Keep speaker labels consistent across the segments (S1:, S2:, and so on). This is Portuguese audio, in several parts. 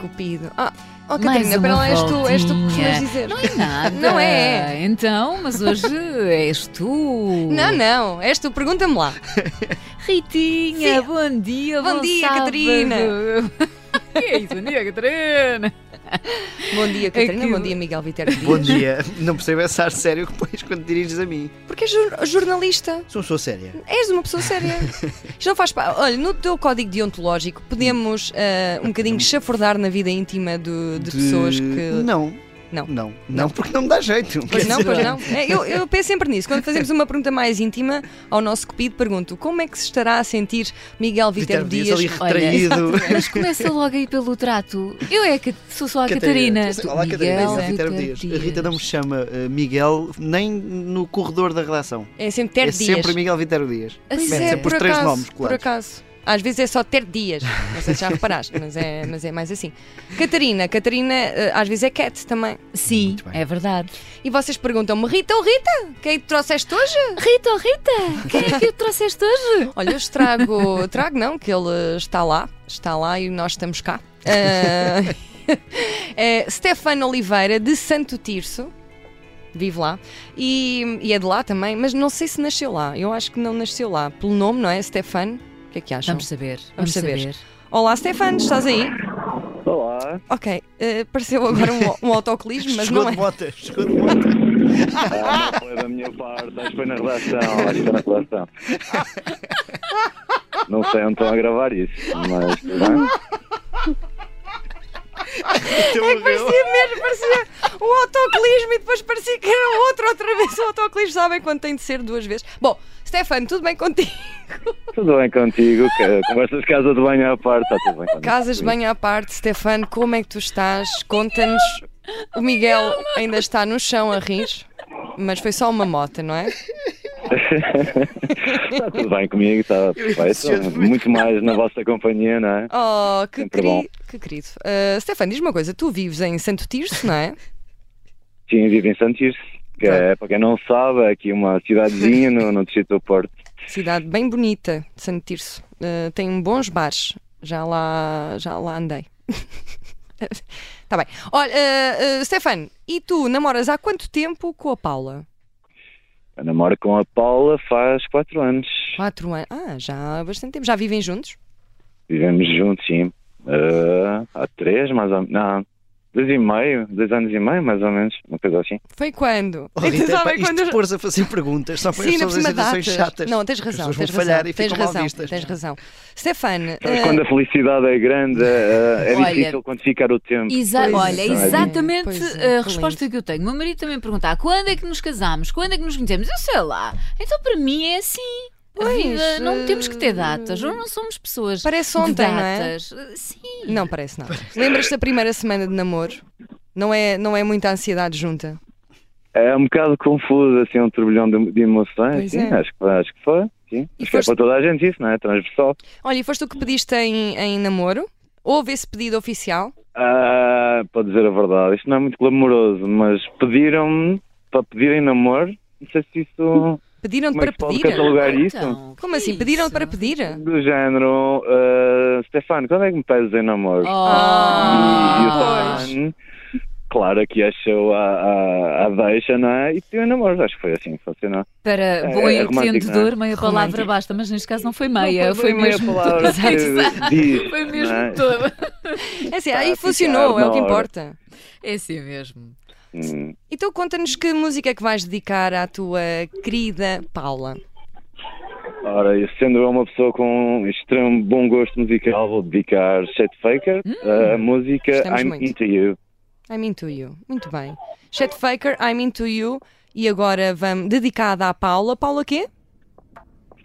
S1: Cupido. Ah, oh,
S2: Mais
S1: Catarina,
S2: uma
S1: para lá és tu, és tu que
S2: voltinha.
S1: costumas dizer.
S2: Não é nada.
S1: Não é.
S2: Então, mas hoje és tu.
S1: Não, não, és tu, pergunta-me lá.
S2: Ritinha, bom dia,
S1: Bom dia,
S2: sábado.
S1: Catarina.
S2: que é isso, bom dia, Catarina.
S1: Bom dia, Catarina,
S2: que-
S1: bom dia, Miguel Viterbo.
S3: Bom dia. Não percebo essa ar sério que pões quando diriges a mim.
S1: Porque és jor- jornalista.
S3: Sou uma pessoa séria.
S1: És uma pessoa séria. Isto não faz parte. Olha, no teu código deontológico podemos ah, um bocadinho chafurdar na vida íntima de, de pessoas que.
S3: Não.
S1: Não.
S3: Não. Não, porque não me dá jeito.
S1: Pois
S3: Quer
S1: não,
S3: dizer,
S1: pois não. É, Eu, eu penso sempre nisso. Quando fazemos uma pergunta mais íntima ao nosso cupido, pergunto como é que se estará a sentir Miguel Viterbo
S3: Viterbo Dias
S1: Dias
S3: ali retraído.
S2: Mas começa logo aí pelo trato. Eu é que sou só a Catarina.
S3: Catarina.
S2: Tu,
S3: Olá, Catarina.
S2: Miguel,
S3: Viterbo
S2: Viterbo
S3: Dias. A Rita não me chama eh, Miguel nem no corredor da redação.
S1: É sempre ter
S3: é
S1: dias.
S3: sempre Miguel Viterbo Dias.
S2: A
S1: Pois
S3: Mete
S1: é,
S2: sério?
S3: sempre
S1: por
S3: os três
S1: acaso,
S3: nomes
S1: por
S3: colados.
S1: acaso. Às vezes é só ter dias, não sei se já reparaste, mas é, mas é mais assim. Catarina, Catarina eh, às vezes é Cat também.
S2: Sim,
S3: bem.
S2: é verdade.
S1: E vocês perguntam-me, Rita ou Rita, quem te trouxeste hoje?
S2: Rita, oh Rita, quem é que o trouxeste hoje?
S1: Olha, eu trago, trago não, que ele está lá, está lá e nós estamos cá. Ah, é Stefano Oliveira, de Santo Tirso, vive lá, e, e é de lá também, mas não sei se nasceu lá, eu acho que não nasceu lá, pelo nome, não é? Stefano, o que é que acham?
S2: Vamos saber, vamos,
S1: saber.
S2: saber.
S1: Olá, Stefano, estás aí?
S4: Olá,
S1: Ok, eh, pareceu agora um, um autocolismo, mas
S3: Chegou
S1: não é.
S3: de botas. Chegou de botas.
S4: ah, não foi da minha parte, acho que foi na redação, acho que foi na redação. Não sei onde estão a gravar isso, mas tudo bem.
S3: Então, morreu.
S1: É Parecia mesmo, parecia um autocolismo e depois parecia que era outro outra vez. O autocolismo sabem quando tem de ser duas vezes. Bom, Stefano, tudo bem contigo?
S4: Tudo bem contigo, que- conversas de casa de banho à parte, está tudo bem contigo.
S1: Casas bem à parte, Stefano, como é que tu estás? Conta-nos. O Miguel ainda está no chão a rir, mas foi só uma mota, não é?
S4: Está tudo bem comigo, está perfeito.
S3: emociono-me.
S4: Muito mais na vossa companhia, não é?
S1: Oh, que,
S4: Sempre bom.
S1: queri- que querido. Eh, Stefano, diz uma coisa: tu vives em Santo Tirso, não é?
S4: Sim, vivo em Santos, que é, para quem não sabe, é aqui uma cidadezinha no, no distrito do Porto.
S1: Cidade bem bonita de Santo Tirso. Eh, tem bons bares. Já lá, já lá andei. tá bem. Olha, eh, eh, Stefano, e tu namoras há quanto tempo com a Paula?
S4: Eu namoro com a Paula faz 4 anos.
S1: Quatro anos. Ah, já há bastante tempo. Já vivem juntos?
S4: Vivemos juntos, sim. Ah, há três, mais ou menos. Não, dois e meio, dois anos e meio, mais ou menos. Uma coisa assim.
S1: Foi quando?
S3: Oh,
S1: E tu
S3: Rita,
S1: sabem
S3: pá, isto
S1: quando-
S3: de pôres a fazer perguntas só para as
S1: Sim, na
S3: pessoas em
S1: próxima data.
S3: situações chatas.
S1: Não, tens
S3: As
S1: razão,
S3: pessoas
S1: tens
S3: vão falhar
S1: razão.
S3: e
S1: tens
S3: ficam mal
S1: razão,
S3: vistas.
S1: tens razão. Stefano,
S4: Mas
S1: eh,
S4: quando a felicidade é grande, ah, é
S2: Olha,
S4: difícil quantificar o tempo.
S2: Exa
S1: Pois
S2: olha,
S1: é,
S2: exatamente
S1: pois é,
S2: a
S1: que
S2: resposta que eu tenho. O meu marido também pergunta: "Ah, quando é que nos casamos? Quando é que nos conhecemos? Eu sei lá. Então, para mim, é assim. A
S1: Pois,
S2: vida- não
S1: eh,
S2: temos que ter datas, ou não somos pessoas
S1: parece
S2: de
S1: ontem, não é?
S2: datas. Sim.
S1: Não parece nada. Lembras-te da primeira semana de namoro? Não é, não é muita ansiedade junta?
S4: É um bocado confuso, assim, um turbilhão de, de
S1: Pois
S4: emoções. Sim,
S1: é.
S4: acho, que, acho que foi. Sim.
S1: E
S4: Acho que é
S1: foste-
S4: para toda a gente isso, não é? Transversal.
S1: Olha, e foste tu que pediste em, em namoro? Houve esse pedido oficial?
S4: Ah, para dizer a verdade, isto não é muito glamouroso, mas pediram-me para pedirem namoro. Não sei se isso.
S1: Pediram-te
S4: Como é
S1: para
S4: que se pode
S1: pedir?
S4: catalogar? Lugar
S2: Então,
S1: Como
S2: que
S1: assim?
S2: isso?
S1: Pediram-te para pedir?
S4: é Do género, ah, Stefano, quando é que me pedes em namoro?
S2: Oh,
S4: E o
S1: Ah, pois.
S4: Stefan, claro que achou a, a, a deixa, não é? E teve namoro, acho que foi assim que funcionou.
S2: Para bom
S4: é romântico,
S2: entendedor, meia palavra
S1: Romântico.
S2: basta, mas neste caso não foi meia, foi,
S4: bem a
S2: mesmo toda.
S4: palavra que diz,
S2: Foi
S4: não
S2: mesmo
S4: é?
S2: toda.
S1: É assim,
S4: Está
S1: aí
S4: a
S1: funcionou,
S4: ficar
S1: é
S4: na
S1: o que
S4: hora.
S1: importa.
S2: É assim mesmo.
S4: Hum,
S1: Então conta-nos que música é que vais dedicar à tua querida Paula.
S4: Ora, eu sendo eu uma pessoa com um extremo bom gosto musical, vou dedicar Chet Faker, a música
S1: Hum. gostamos
S4: I'm
S1: muito.
S4: Into You.
S1: I'm into you. Muito bem. Chet Faker, I'm into you. E agora vamos dedicada à Paula. Paula quê?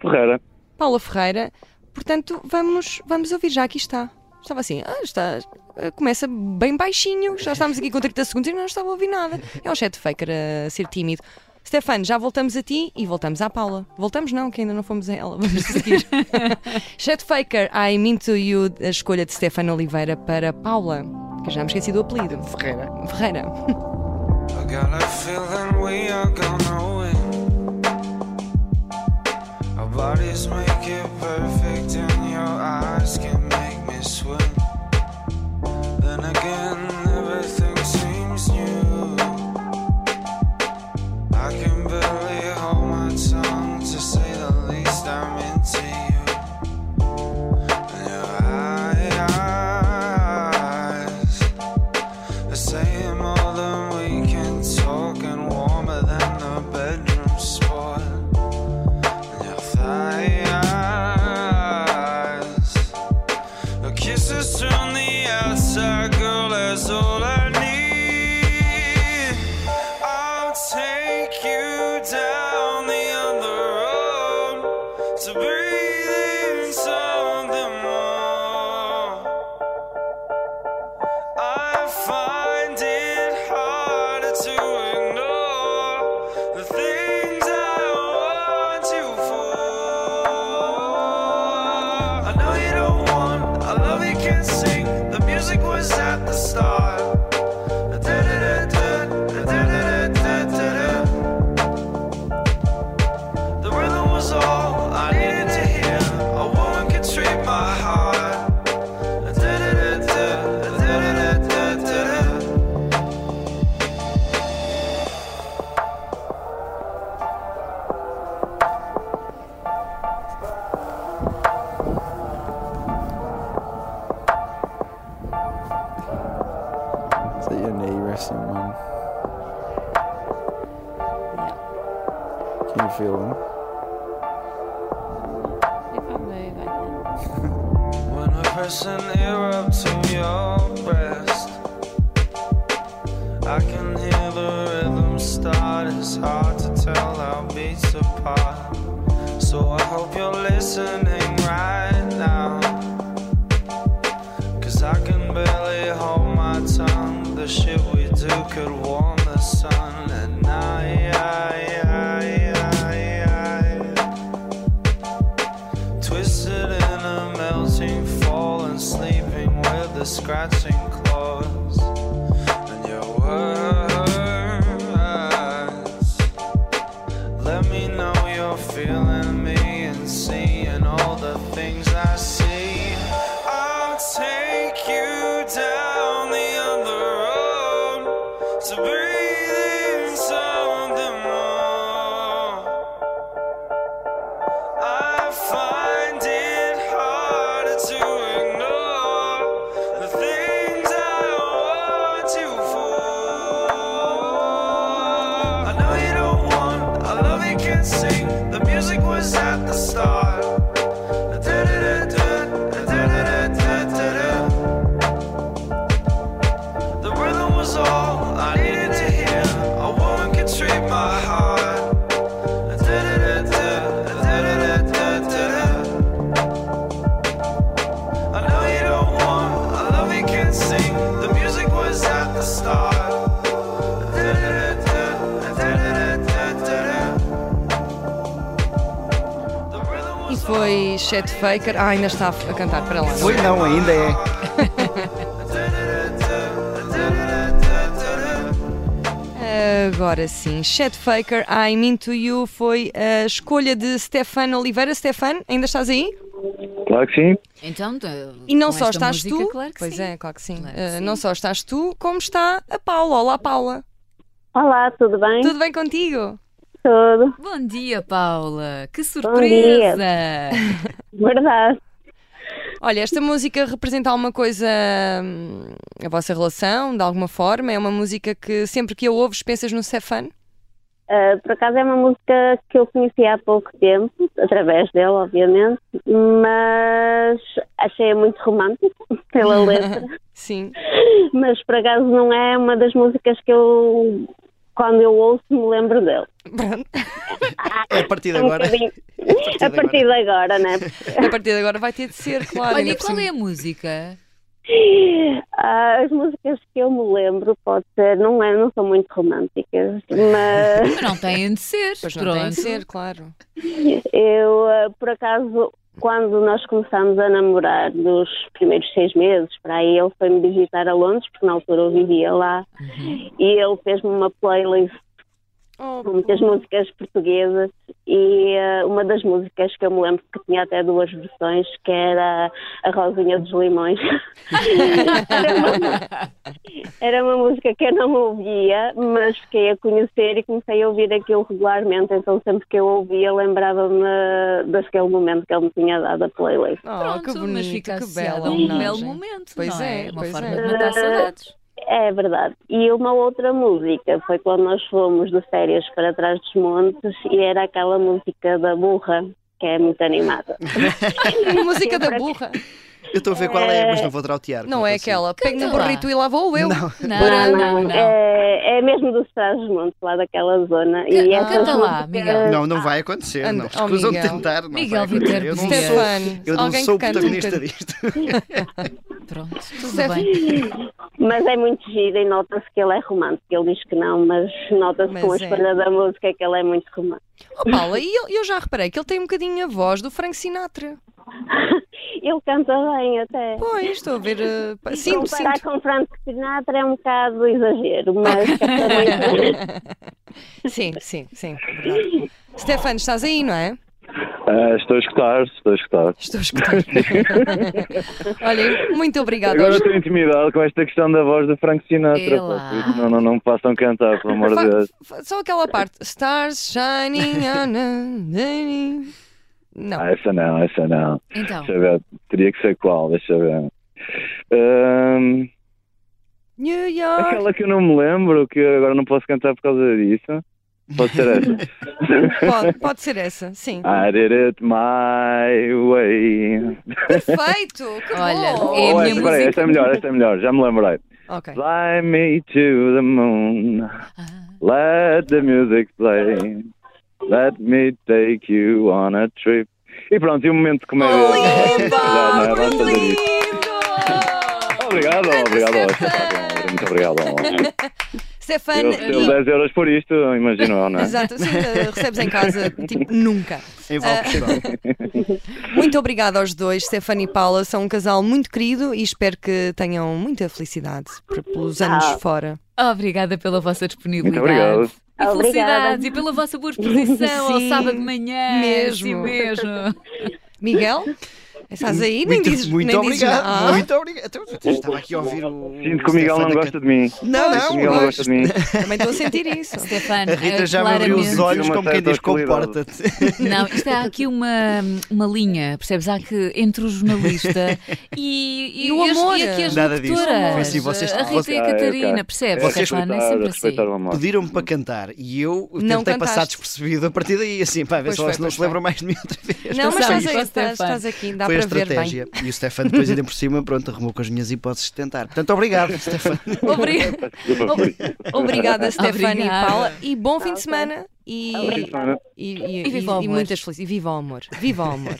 S4: Ferreira.
S1: Paula Ferreira. Portanto, vamos, vamos ouvir já aqui está. Estava assim, ah, está, ah, começa bem baixinho, já estamos aqui com 30 segundos e não estava a ouvir nada. É um chat faker a ser tímido. Stefano, já voltamos a ti e voltamos à Paula. Voltamos não, que ainda não fomos a ela, vamos seguir. chat faker, I'm into you, a escolha de Stefano Oliveira para Paula, que já me esqueci do apelido. Ferreira. Ferreira.
S5: I got a feeling we are gonna win. Our bodies make it perfect, and your eyes can make me swim. Then I
S6: no filme.
S5: When a person erupts in your breast, I can hear the rhythm start. It's hard to tell how beats apart. So I hope you're listening right now. Cause I can barely hold my tongue. The shit we do could warm the sun at night. Twisted in a melting fall and sleeping with the scratching claws and your words. Let me know you're feeling me and seeing all the things I see. I'll take you down the other road to breathe in something more. I find it harder to ignore the things I want you for. I know you don't want, I love you can't sing. The music was at the start. The rhythm was all I needed to hear. A woman could treat my heart. I know you don't want, I love you can't sing. The music was at the start.
S1: E foi Chet Faker. Ah, ainda está a cantar para lá. não é?
S6: Foi não, ainda é.
S1: Agora sim, Chet Faker, I'm Into You foi a escolha de Stefano Oliveira. Stefano, ainda estás aí?
S4: Claro que sim.
S2: Então, tu-
S1: E não
S2: com
S1: só
S2: esta
S1: estás
S2: música,
S1: tu,
S2: Claro que
S1: pois
S2: sim.
S1: é, claro que sim.
S2: Claro que
S1: Eh,
S2: sim.
S1: Não só estás tu, como está a Paula. Olá, Paula.
S7: Olá, tudo bem?
S1: Tudo bem contigo?
S7: Tudo.
S2: Bom dia, Paula. Que
S7: dia.
S2: surpresa!
S7: Verdade.
S1: Olha, esta música representa alguma coisa hum, a vossa relação, de alguma forma? É uma música que sempre que a ouves pensas no Stefano?
S7: Ah, por acaso é uma música que eu conheci há pouco tempo, através dele, obviamente, mas achei muito romântico pela letra.
S1: Sim.
S7: mas por acaso não é uma das músicas que eu, quando eu ouço, me lembro dele.
S1: Pronto.
S6: É a partir de
S7: É um
S6: agora.
S7: bocadinho-
S6: partir
S7: a
S6: de
S7: partir de agora, né?
S1: A partir de agora vai ter de ser, claro.
S2: Olha,
S1: ainda
S2: e
S1: por
S2: qual
S1: cima.
S2: é a música?
S7: Ah, as músicas que eu me lembro, pode ser, não, é, não são muito românticas, mas.
S2: Mas não têm de ser.
S1: Pois não
S2: Pronto.
S1: tem de ser, claro.
S7: Eu, eh, por acaso, quando nós começámos a namorar, dos primeiros seis meses para aí, ele foi-me visitar a Londres, porque na altura eu vivia lá, e ele fez-me uma playlist
S1: Oh,
S7: com muitas músicas portuguesas, e eh, uma das músicas que eu me lembro que tinha até duas versões, que era A Rosinha dos Limões. era, uma, era uma música que eu não ouvia, mas fiquei a conhecer e comecei a ouvir aquilo regularmente, então sempre que eu ouvia lembrava-me daquele momento que ele me tinha dado a playlist.
S1: oh,
S2: Pronto,
S1: que bonito,
S2: mas fica
S1: que
S2: associado
S1: bela
S2: a um belo
S1: homenagem.
S2: momento.
S1: Pois
S2: não
S1: é,
S2: é, uma
S1: pois
S2: forma
S1: é.
S2: de matar saudades.
S7: É verdade. E uma outra música foi quando nós fomos de férias para trás dos montes e era aquela música da burra, que é muito animada.
S1: Uma música da burra.
S6: Eu estou a ver qual é, mas não vou trautear.
S1: Não é
S6: confesso.
S1: aquela. Pego no
S2: Canta lá.
S1: burrito e lá vou eu.
S6: assim? Não.
S2: Não, não, não.
S7: É, é mesmo dos trás dos montes, lá daquela zona. E
S2: Ca-
S7: essas
S2: canta lá,
S7: músicas-
S2: Miguel.
S6: Não, não vai acontecer.
S1: Anda-
S6: Não,
S1: Oh,
S6: escusam de
S1: Miguel.
S6: tentar. Não
S2: Miguel
S6: vai acontecer.
S2: Vítor
S6: Eu não
S2: Dias.
S6: sou,
S1: Stefano,
S6: eu não
S1: alguém
S6: sou o
S1: que canta um
S6: protagonista
S1: bocadinho.
S6: disto.
S2: Pronto, tudo
S1: Certo.
S2: bem.
S7: Mas é muito giro e nota-se que ele é romântico. Ele diz que não, mas nota-se
S1: Mas
S7: com a
S1: é.
S7: escolha da música que ele é muito romântico.
S1: Oh, Paula, e eu, eu já reparei que ele tem um bocadinho a voz do Frank Sinatra.
S7: Ele canta bem até.
S1: Pois, estou a ver. eh, pa- sinto,
S7: Comparar
S1: sinto.
S7: com Frank Sinatra é um bocado exagero, mas canta muito bem.
S1: Sim, sim, sim. Verdade. Stefano, estás aí, não é?
S4: Ah, estou a escutar, estou a escutar.
S1: Estou a escutar. Olha, muito obrigada.
S4: Agora
S1: aos-
S4: estou intimidado com esta questão da voz do Frank Sinatra. pá,
S2: Ela.
S4: por isso Não, não, não me façam cantar, pelo amor de Deus.
S1: Fa- fa- Só aquela parte. Stars shining on a- Não.
S4: Ah, essa não, essa não.
S2: Então,
S4: Deixa eu ver, teria que ser qual, deixa eu ver. Ahm,
S1: New York.
S4: aquela que eu não me lembro, que eu agora não posso cantar por causa disso. Pode ser essa.
S1: Pode, pode ser essa, sim.
S4: I did it my way.
S1: Perfeito! Que
S2: Olha,
S1: bom!
S2: É a
S4: Oh,
S2: minha
S4: esta, peraí, esta é melhor, esta é melhor, já me lembrei.
S1: Ok.
S4: Fly me to the moon.
S2: ah,
S4: Let the music play. Let me take you on a trip. E pronto, e o momento de comédia. Já não é, vamos fazer isso. Obrigado, obrigado. Muito obrigado.
S1: Stefan,
S4: Eu recebo 10 euros por isto, imagino eu, não é?
S1: Exato, sim, eh, recebes em casa, tipo, nunca.
S6: Em Val Pessoal.
S1: Muito obrigada aos dois, Stefano e Paula, são um casal muito querido e espero que tenham muita felicidade por- pelos anos
S7: Ah.
S1: fora.
S2: Obrigada pela vossa disponibilidade.
S4: Muito
S2: E
S4: obrigado.
S7: Obrigada.
S2: felicidades e pela vossa boa disposição ao
S1: Sim,
S2: sábado de manhã.
S1: mesmo.
S2: Sim mesmo.
S1: Miguel, estás aí? nem
S6: Muito,
S1: dizes
S6: muito
S1: nem Ah. dizes
S6: obrigado,
S1: nada.
S6: muito obrigado. Então, eu Estava aqui a ouvir o.
S4: Sinto que o Miguel não
S6: Stefano
S4: gosta de mim. Sinto
S6: Não,
S4: que o
S6: não.
S4: Miguel não gosta de mim. Ah,
S1: Também estou a sentir isso.
S2: Stefano,
S6: A Rita
S2: eh,
S6: já me abriu os
S2: claramente-
S6: olhos como quem diz
S4: Claramente.
S6: comporta-te.
S2: Não, isto há aqui uma, uma linha, percebes? Há que entre o jornalista e,
S1: E o
S2: as-
S1: amor.
S2: e aqui as
S6: Nada disso.
S2: locutoras,
S6: Foi assim, vocês-
S2: a Rita e a
S4: Ok,
S2: Catarina,
S4: ok.
S2: percebes?
S4: É
S2: Vocês Stefano, é
S4: respeitar-
S2: sempre assim.
S4: respeitar o amor.
S6: Pediram-me para cantar e eu
S1: Não
S6: tentei passar
S1: cantaste.
S6: despercebido a partir daí, assim, pá, ver
S1: Pois
S6: se
S1: foi,
S6: elas não
S1: pois
S6: se
S1: foi.
S6: lembram mais de mim outra vez.
S1: Não, mas estás,
S2: Sim,
S1: aí,
S2: só
S1: estás,
S2: Stefano.
S1: estás aqui, dá
S6: Foi a
S1: para ver bem.
S6: estratégia. E o Stefano depois ainda por cima, pronto, arrumou com as minhas hipóteses de tentar. Portanto, obrigado, Stefano.
S1: Obri-
S4: Desculpa por isso.
S1: Obrigada, Stefano e
S2: Obrigada. Tá
S1: Paula, e bom fim de semana. E,
S7: Obrigada.
S1: e, e,
S2: E viva o
S1: e
S2: amor.
S1: muitas felicidades. E viva o amor. Viva o amor.